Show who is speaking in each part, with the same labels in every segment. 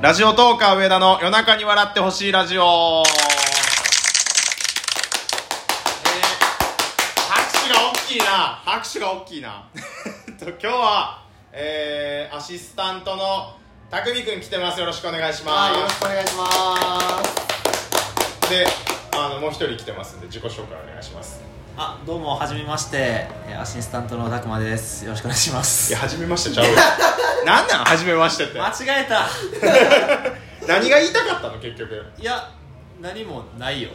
Speaker 1: ラジオトーカー上田の夜中に笑ってほしいラジオ、えー、拍手が大きいな拍手が大きいな えっと今日は、えー、アシスタントのたくみくん来てますよろしくお願いし
Speaker 2: はい、よ
Speaker 1: ま
Speaker 2: ろしくお願いします。
Speaker 1: すであのもう一人来てますんで自己紹介お願いします
Speaker 2: あ、どうも、はじめまして、えーアシスタントのたくまです。よろしくお願いしま
Speaker 1: い
Speaker 2: す
Speaker 1: や。初めましてちゃうよ なんなん初めましてって
Speaker 2: 間違えた。
Speaker 1: 何が言いたかったの結局
Speaker 2: いや、何も ないよ。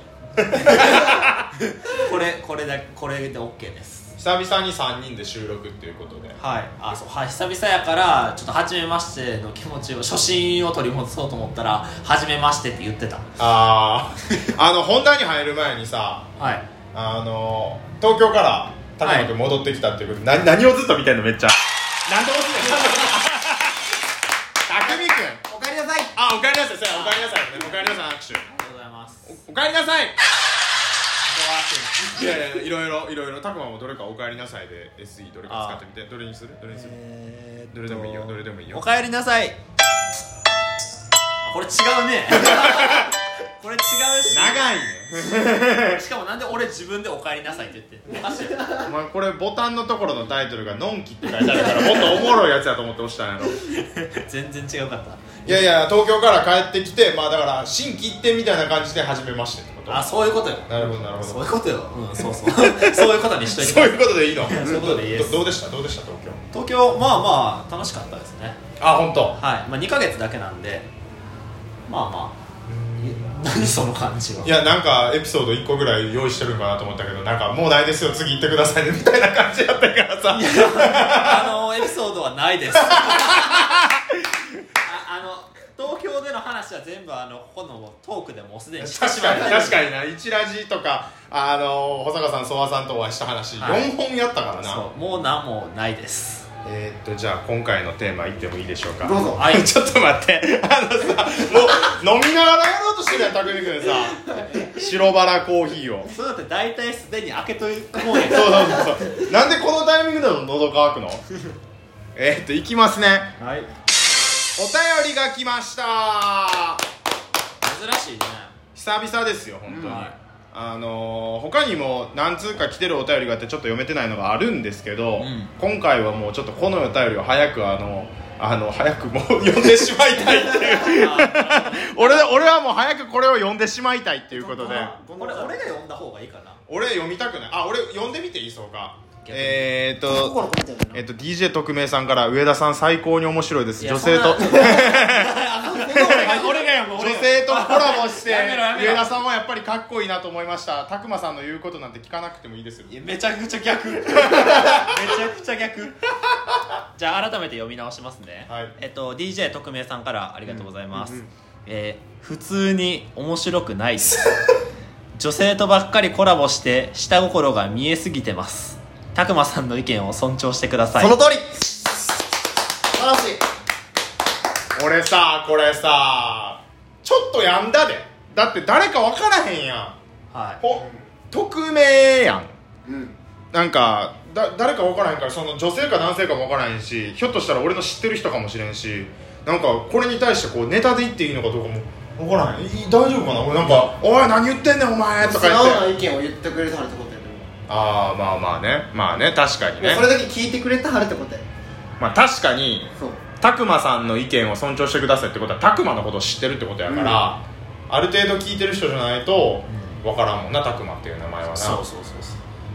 Speaker 2: これ、これだ、これでオッケーです。
Speaker 1: 久々に3人で収録っていうことで
Speaker 2: はい、あ、そう、はい、久々やから、ちょっと初めましての気持ちを、初心を取り戻そうと思ったら、初めましてって言ってた。
Speaker 1: あーあの本題に入る前にさ
Speaker 2: はい。
Speaker 1: あの東京から高野君戻ってきたっていうことで、な何をずっと見てんのめっちゃ何でもずっと見てんの匠君
Speaker 2: おかえりなさい。あ
Speaker 1: あおかえりなさいそうやおかえりなさい、ね、おかえりなさい握手
Speaker 2: りがとうございます。
Speaker 1: おおかえりなさいいやいやいろいろいろいろ拓磨もどれか「おかえりなさい」で SE どれか使ってみてどれにするどれにする、
Speaker 2: えーっと
Speaker 1: どれでもいいよどれでもいいよ
Speaker 2: おかえりなさいあこれ違 うねこれ違うし
Speaker 1: 長いね
Speaker 2: しかもなんで俺自分でおかえりなさいって言ってんのおかしいよ
Speaker 1: お前これボタンのところのタイトルが「のんき」って書いてあるからもっとおもろいやつやと思って押したんやろ
Speaker 2: 全然違うかった
Speaker 1: いやいや東京から帰ってきてまあだから新規一点みたいな感じで始めましてってこと
Speaker 2: あそういうことよ
Speaker 1: なるほどなるほど
Speaker 2: そういうことようんそ うそうそういうことにしといて
Speaker 1: そういうことでいいの
Speaker 2: そういうことでいいです
Speaker 1: どどうでしたどうでした東京
Speaker 2: 東京まあまあ楽しかったですね
Speaker 1: あ本当。
Speaker 2: はい、まあ、2ヶ月だけなんでまあまあ何その感じはい
Speaker 1: やなんかエピソード1個ぐらい用意してるんかなと思ったけどなんかもうないですよ次行ってくださいねみたいな感じやったからさ
Speaker 2: あのエピソードはない ですああの東京での話は全部あのここのトークでもうすでにして
Speaker 1: 確
Speaker 2: しま
Speaker 1: か
Speaker 2: っ
Speaker 1: に
Speaker 2: た
Speaker 1: 確かにな1ラジとかあの保坂さん曽我さんとお会いした話、四
Speaker 2: はい
Speaker 1: 4本やったからな
Speaker 2: そうもう何もないです
Speaker 1: えー、っとじゃあ今回のテーマ言ってもいいでしょうか
Speaker 2: どうぞは い
Speaker 1: ちょっと待ってあのさもう飲みながらやろうとしてるやん匠君さ白バラコーヒーを
Speaker 2: そうだって大体すでに開けといても うや
Speaker 1: そうそうそうそうなんでこのタイミングで喉乾くのえー、っといきますね
Speaker 2: はい
Speaker 1: お便りが来ました
Speaker 2: 珍しいね
Speaker 1: 久々ですよ本当に、
Speaker 2: うんはい
Speaker 1: あのー他にも何通か来てるお便りがあってちょっと読めてないのがあるんですけど、
Speaker 2: うん
Speaker 1: 今回はもうちょっとこのお便りを早くあのあの早くもう読んでしまいたいっていう 俺俺はもう早くこれを読んでしまいたいっていうことで
Speaker 2: これ俺が読んだ方がいいかな
Speaker 1: 俺読みたくないあ俺読んでみていいそうか
Speaker 2: 逆に
Speaker 1: えー、っと
Speaker 3: 心込めてる
Speaker 1: えっと DJ 特命さんから上田さん最高に面白いです女性と
Speaker 2: 俺が読む
Speaker 1: 女性とコラボして
Speaker 2: やめろやめろ
Speaker 1: 上田さんはやっぱりかっこいいなと思いました拓磨さんの言うことなんて聞かなくてもいいですよ
Speaker 2: めちゃくちゃ 逆めちゃくちゃ逆じゃあ改めて読み直しますね、
Speaker 1: はい
Speaker 2: えっと DJ 特命さんからありがとうございます、えー普通に面白くないです 女性とばっかりコラボして下心が見えすぎてますたくまさんの意見を尊重してください
Speaker 3: その通り素晴らしい
Speaker 1: 俺さこれさちょっとやんだでだって誰か分からへんやん
Speaker 2: はい
Speaker 1: ほ匿名やん
Speaker 3: うん
Speaker 1: なんかだ誰か分からへんからその女性か男性かも分からへんしひょっとしたら俺の知ってる人かもしれんしなんかこれに対してこうネタで言っていいのかどうかも分からへんいい大丈夫かな俺なんか「おい何言ってんねんお前」と
Speaker 3: 素
Speaker 1: か言っ
Speaker 3: 直な
Speaker 1: て
Speaker 3: 意見を言ってくれてはるってことやでも
Speaker 1: ああまあまあねまあね確かに
Speaker 3: いや
Speaker 1: ね
Speaker 3: それだけ聞いてくれてはるってことや
Speaker 1: まあ確かに
Speaker 3: そう
Speaker 1: 拓磨さんの意見を尊重してくださいってことは拓磨のことを知ってるってことやから、ある程度聞いてる人じゃないと分からんもんな拓磨っていう名前はな
Speaker 2: そうそうそうそう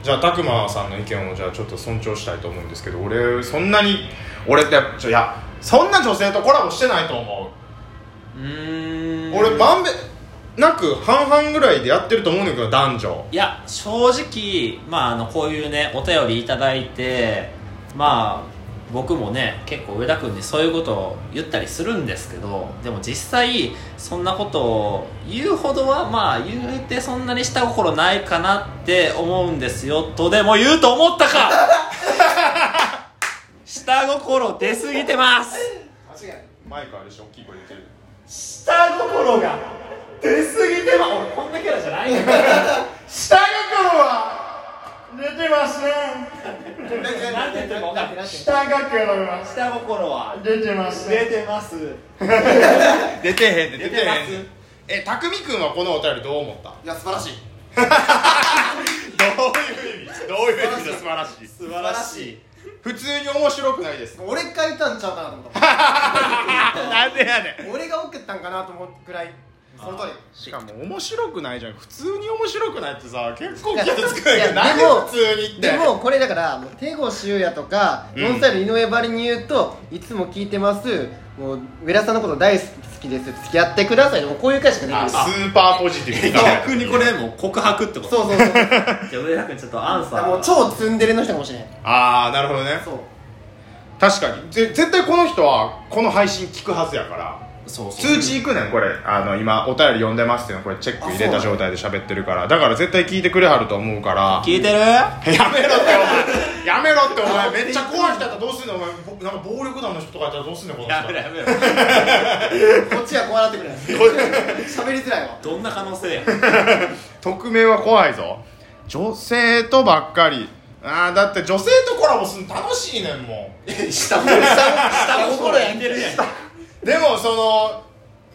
Speaker 1: じゃあ拓磨さんの意見をじゃあちょっと尊重したいと思うんですけど俺そんなに俺ってちょいやそんな女性とコラボしてないと思
Speaker 2: うー
Speaker 1: う、
Speaker 2: ん
Speaker 1: 俺まんべんなく半々ぐらいでやってると思うねんだけど男女
Speaker 2: いや正直まああのこういうねお便りいただいてまあ僕もね結構上田君にそういうことを言ったりするんですけどでも実際そんなことを言うほどはまあ言うてそんなに下心ないかなって思うんですよとでも言うと思った か下心出過ぎてます
Speaker 3: 間違い
Speaker 1: マイクあるし大きい声出てる
Speaker 2: 下心が 出過ぎてます俺こんなキャラじゃないよ
Speaker 1: 下心は出てますね
Speaker 2: なんて言ってるか分かんない
Speaker 1: 下書きを飲みます
Speaker 2: 下心は
Speaker 1: 出てます
Speaker 2: 出てます
Speaker 1: 出てへんね
Speaker 2: 出
Speaker 1: 出
Speaker 2: て
Speaker 1: て
Speaker 2: ま
Speaker 1: へ
Speaker 2: す
Speaker 1: んねえたくみくんはこのお便りどう思った
Speaker 3: いや素晴らしい
Speaker 1: どういう意味どういう意味で素晴らしい
Speaker 2: 素晴らしい
Speaker 1: 普通に面白くないです
Speaker 3: 俺書いたんちゃうかなと思った
Speaker 1: なんでやねん
Speaker 3: 俺が送ったんかなと思うくらいその通り
Speaker 1: しかも面白くないじゃん普通に面白くないってさ結構傷つくないい
Speaker 3: や
Speaker 1: け
Speaker 3: で
Speaker 1: ど
Speaker 3: も
Speaker 1: 何で普通にって
Speaker 3: でもこれだからもう手越優也とか、
Speaker 1: うん
Speaker 3: ノンスタイル井上ばりに言うといつも聞いてますもう上田さんのこと大好きです付き合ってくださいもうこういう会しかできな
Speaker 1: あ
Speaker 3: い
Speaker 1: スーパーポジティブだ
Speaker 2: 逆にこれもう告白ってこと
Speaker 3: そうそうそう
Speaker 2: じゃあ上田君ちょっとアンサ ー
Speaker 3: もう超ツンデレの人かもしれない
Speaker 1: ああなるほどね
Speaker 3: そう
Speaker 1: 確かにぜ絶対この人はこの配信聞くはずやから
Speaker 2: そうそう
Speaker 1: 通知いくねんこれあの今お便り読んでますっていうのこれチェック入れた状態で喋ってるからだから絶対聞いてくれはると思うから
Speaker 2: 聞いてる
Speaker 1: やめろってお前やめろってお前めっちゃ怖い人やったらどうすんのお前ぼなんか暴力団の人とかやったらどうすんのこの人
Speaker 2: やめろやめろ
Speaker 3: こっちはこうなってくれない喋りづらいわ
Speaker 2: どんな可能性や
Speaker 1: 匿名は怖いぞ女性とばっかりああだって女性とコラボするの楽しいねんも
Speaker 2: 下心下心やってるやん
Speaker 1: うでもその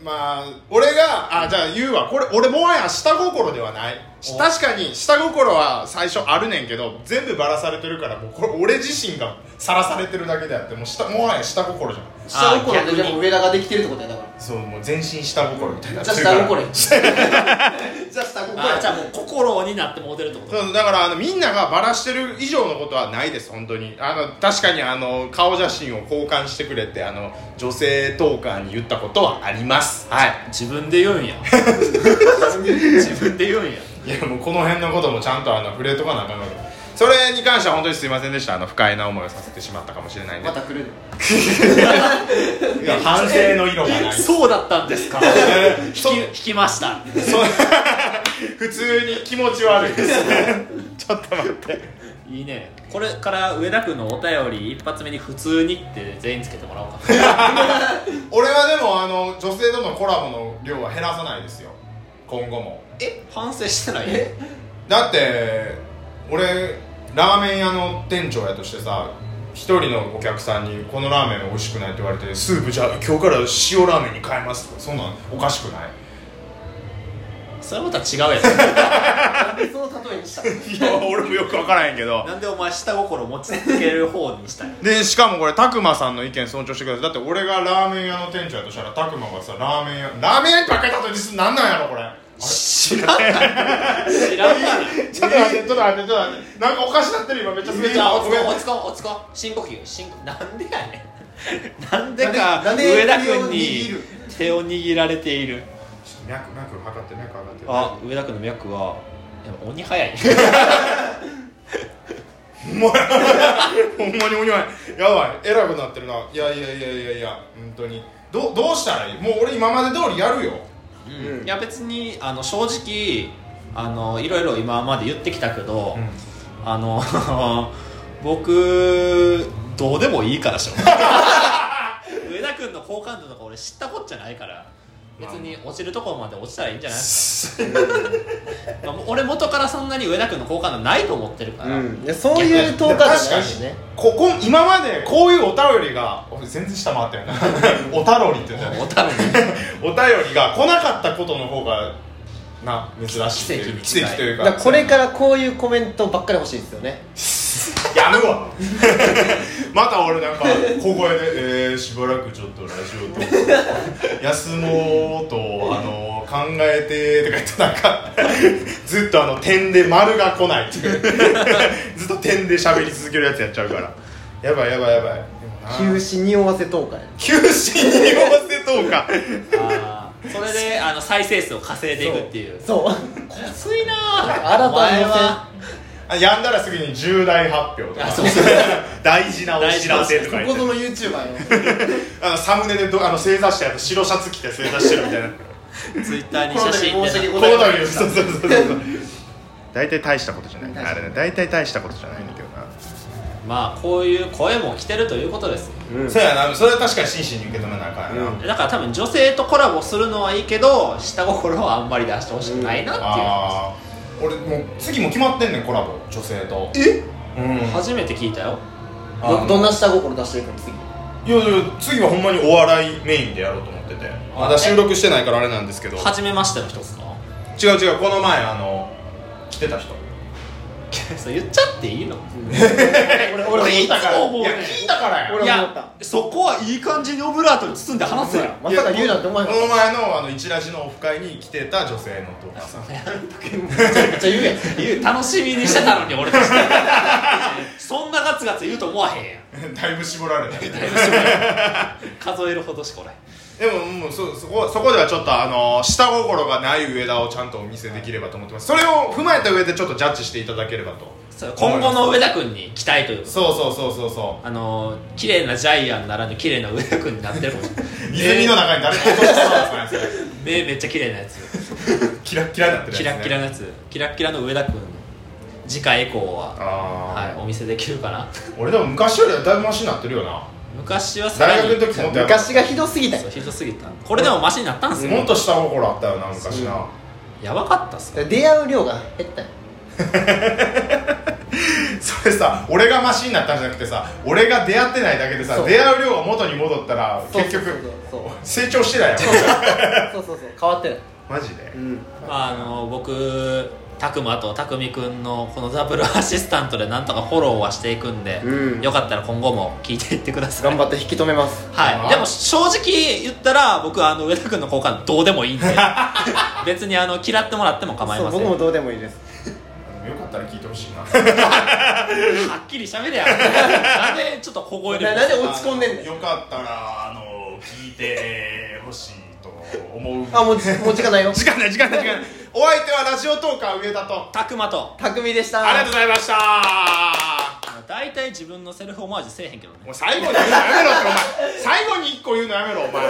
Speaker 1: まあ俺があじゃあ言うわこれ俺もはや下心ではないし
Speaker 2: お
Speaker 1: 確かに下心は最初あるねんけど全部バラされてるからもうこれ俺自身がさらされてるだけであってもう下もはや下心じゃん
Speaker 3: 下心
Speaker 2: 逆
Speaker 3: で
Speaker 2: に
Speaker 3: でも上田ができてるってことやだか
Speaker 1: そうもう全身下心みたいにな
Speaker 3: ら
Speaker 1: っ
Speaker 3: じゃ
Speaker 1: てる
Speaker 3: あ
Speaker 1: か
Speaker 3: 下
Speaker 1: ら
Speaker 3: 心やじゃあ下心
Speaker 2: あ
Speaker 3: や
Speaker 2: じゃあもう心になってモデルってこと
Speaker 1: そうだからあのみんながバラしてる以上のことはないです本当にあの確かにあの顔写真を交換してくれってあの女性トーカーに言ったことはありますはい
Speaker 2: 自分で言うんや自分で言うんや
Speaker 1: いやもうこの辺のこともちゃんとあの触れとかなあかんわけそれに関しては本当にすいませんでしたあの不快な思いをさせてしまったかもしれ ないんで
Speaker 3: また来る
Speaker 1: いや反省の色がない
Speaker 2: そうだったんですか引き
Speaker 1: そう
Speaker 2: 引きました
Speaker 1: そう普通に気持ち悪いですちょっと待って
Speaker 2: いいねこれから上田君のお便り一発目に「普通に」って全員つけてもらおうか
Speaker 1: 俺はでもあの女性とのコラボの量は減らさないですよ今後も
Speaker 2: え反省してないえ
Speaker 1: だって俺ラーメン屋の店長やとしてさ一人のお客さんに「このラーメンは美味しくない」って言われて「スープじゃあ今日から塩ラーメンに変えます」とかそんなんおかしくない
Speaker 2: それまた違うや
Speaker 3: のその例えにした
Speaker 1: いや 俺もよく分からへんけど
Speaker 2: んなんでお前下心持ち続ける方にしたい
Speaker 1: でしかもこれ拓磨さんの意見尊重してくださいだって俺がラーメン屋の店長やとしたら拓磨がさラーメン屋ラーメン屋にかけたとにすなんなんやろこれあれ
Speaker 2: 知らんがな知らんがな
Speaker 1: ちょっと待ってちょっと待ってちょっと待ってなんかおかしなってる今めっちゃ滑っ
Speaker 2: じ
Speaker 1: ち
Speaker 2: ゃ
Speaker 1: ゃ
Speaker 2: あ
Speaker 1: う
Speaker 2: 落
Speaker 1: ご
Speaker 2: ち
Speaker 1: めん
Speaker 2: 込む落ち込む落ち込む深呼吸深呼なんでやねんなんでか
Speaker 3: なんで
Speaker 2: 上田
Speaker 3: 手を
Speaker 2: 君
Speaker 3: 握
Speaker 2: に
Speaker 3: る
Speaker 2: 手を握られている
Speaker 1: 脈脈測って脈測って
Speaker 2: あ上田君の脈はでも鬼早い
Speaker 1: ほんまに鬼はやばい偉くなってるないやいやいやいやいや本当にどうどうしたらいいもう俺今まで通りやるよ
Speaker 2: うんいや別にあの正直あのいろいろ今まで言ってきたけど、あの 僕どうでもいいから しょ上田君の好感度とか俺知ったこっちゃないから別に落ちるところまで落ちたらいいんじゃない、 まあ、俺元からそんなに上田君の好感度ないと思ってるから、
Speaker 3: いやそういう10日間じゃないしね
Speaker 1: ここ今までこういうお便りが俺全然下回ったよなおたろりって言うんじゃない
Speaker 2: おたる
Speaker 1: お便りが来なかったことの方がな珍しいっていう
Speaker 2: 奇跡に近い
Speaker 1: 奇跡という
Speaker 3: だか
Speaker 1: から
Speaker 3: これからこういうコメントばっかり欲しいですよね
Speaker 1: やむわ また俺なんか小声で、えー、しばらくちょっとラジオ と休もうとあの考えてとか言ってなんかずっとあの点で丸が来ないって いうずっと点で喋り続けるやつやっちゃうからやばいやばいやばい
Speaker 3: 休止におわせ10日や
Speaker 1: 休止に合わせとうか
Speaker 2: あーそれであの再生数を稼いでいくっていう
Speaker 3: そう
Speaker 2: こついな
Speaker 3: 新た
Speaker 2: ぁ
Speaker 3: な
Speaker 2: お前は
Speaker 1: あやんだらすぐに重大発表とか
Speaker 2: あそう
Speaker 1: 大事なお知らせとか言
Speaker 3: こ
Speaker 1: っ
Speaker 3: こぞ
Speaker 1: て
Speaker 3: の YouTuber よ
Speaker 1: あのサムネでどあの正座してあと白シャツ着て正座してるみ たいな
Speaker 2: ツイッターに
Speaker 3: この
Speaker 2: 写
Speaker 3: 度
Speaker 2: 真
Speaker 3: 申し訳
Speaker 2: で
Speaker 3: ございません
Speaker 1: そうそうそうそう大体大したことじゃないあれね大体大したことじゃないんだけどな、
Speaker 2: まあこういう声も来てるということですよ
Speaker 1: そうやなそれは確かに真摯に受け止めなあかんやな、
Speaker 3: うん
Speaker 2: だから多分女性とコラボするのはいいけど下心はあんまり出してほしくないなっていう
Speaker 1: あ俺もう次も決まってんねんコラボ女性と
Speaker 3: え
Speaker 1: うん
Speaker 2: 初めて聞いたよ
Speaker 1: あの
Speaker 3: どどんな下心出していくの次
Speaker 1: いやいや次はほんまにお笑いメインでやろうと思っててまだ収録してないからあれなんですけど
Speaker 2: 初めましての人っすか
Speaker 1: 違う違うこの前あの来てた人
Speaker 2: それ言っちゃっていいの
Speaker 3: 俺
Speaker 2: 俺
Speaker 3: 俺
Speaker 2: いつも思う
Speaker 4: い
Speaker 2: ね
Speaker 4: や聞いたからや
Speaker 3: 俺
Speaker 2: い
Speaker 3: も思っ
Speaker 2: や
Speaker 3: た
Speaker 2: そこはいい感じにオブラートに包んで話 せよ
Speaker 3: まさか言うなんて思わへん
Speaker 1: こ
Speaker 3: かっ
Speaker 1: の前のあの一ラジのオフ会に来てた女性の動画
Speaker 3: ためっちゃ言うやん
Speaker 2: 言う楽しみにしてたのに俺と してそんなガツガツ言うと思わへんやん
Speaker 1: だいぶ絞られたで
Speaker 2: 数えるほどしこれ
Speaker 1: ももうそそこそこではちょっとあの下心がない上田をちゃんとお見せできればと思ってますそれを踏まえた上でちょっとジャッジしていただければと
Speaker 2: そう今後の上田君に期待というか
Speaker 1: そうそうそうそうそ
Speaker 2: あの綺麗なジャイアンならぬ綺麗な上田君になってる かもしれないう
Speaker 1: 泉の中に誰か落としてたんですかねそれ
Speaker 2: 目めっちゃ綺麗なやつ
Speaker 1: キラッキラになってるやつ、
Speaker 2: キ
Speaker 1: ね、
Speaker 2: ラッキラなやつキラッキラの上田君次回以降は、
Speaker 1: ああ、
Speaker 2: はい、お見せできるかな
Speaker 1: 俺でも昔よりはだいぶマシになってるよな
Speaker 2: 昔はさら
Speaker 1: 大
Speaker 2: に
Speaker 1: 学の時もっとやっぱ
Speaker 3: 昔がひどすぎた
Speaker 2: そう
Speaker 3: よ
Speaker 2: ひどすぎたこれでもマシになったんすよ
Speaker 1: もっと下心あったよな昔な
Speaker 2: やばかったっすよ
Speaker 3: 出会う量が減ったよ
Speaker 1: それさ俺がマシになったんじゃなくてさ俺が出会ってないだけでさ
Speaker 3: そう
Speaker 1: 出会う量が元に戻ったら
Speaker 3: そう
Speaker 1: 結
Speaker 3: そうそう
Speaker 1: 局
Speaker 3: そう
Speaker 1: 成長してないよ
Speaker 3: そうそうそう変わってない
Speaker 1: マジで
Speaker 3: うん
Speaker 2: まああの僕拓磨と拓海くんのこのダブルアシスタントでなんとかフォローはしていくんで、
Speaker 3: うん
Speaker 2: よかったら今後も聞いていってください
Speaker 3: 頑張って引き止めます
Speaker 2: はい、でも正直言ったら僕はあの上田君の好感度どうでもいいん で別にあの嫌ってもらっても構い
Speaker 3: そう
Speaker 2: ません
Speaker 3: 僕もどうでもいいです
Speaker 1: よかったら聞いてほしいな
Speaker 2: はっきり喋れ やなんでちょっと小声で
Speaker 3: ななんで落ち込んでんだよ
Speaker 1: よかったらあの聞いてほしいと思う
Speaker 3: あもうじもう時間ないよ
Speaker 1: 時間ない時間ない時間ないお相手はラジオトーカー上田と
Speaker 2: 拓磨と
Speaker 3: 匠でした
Speaker 1: ありがとうございました
Speaker 2: 大体自分のセルフオマージュせえへんけどね
Speaker 1: もう最後に言うのやめろってお前最後に一個言うのやめろお前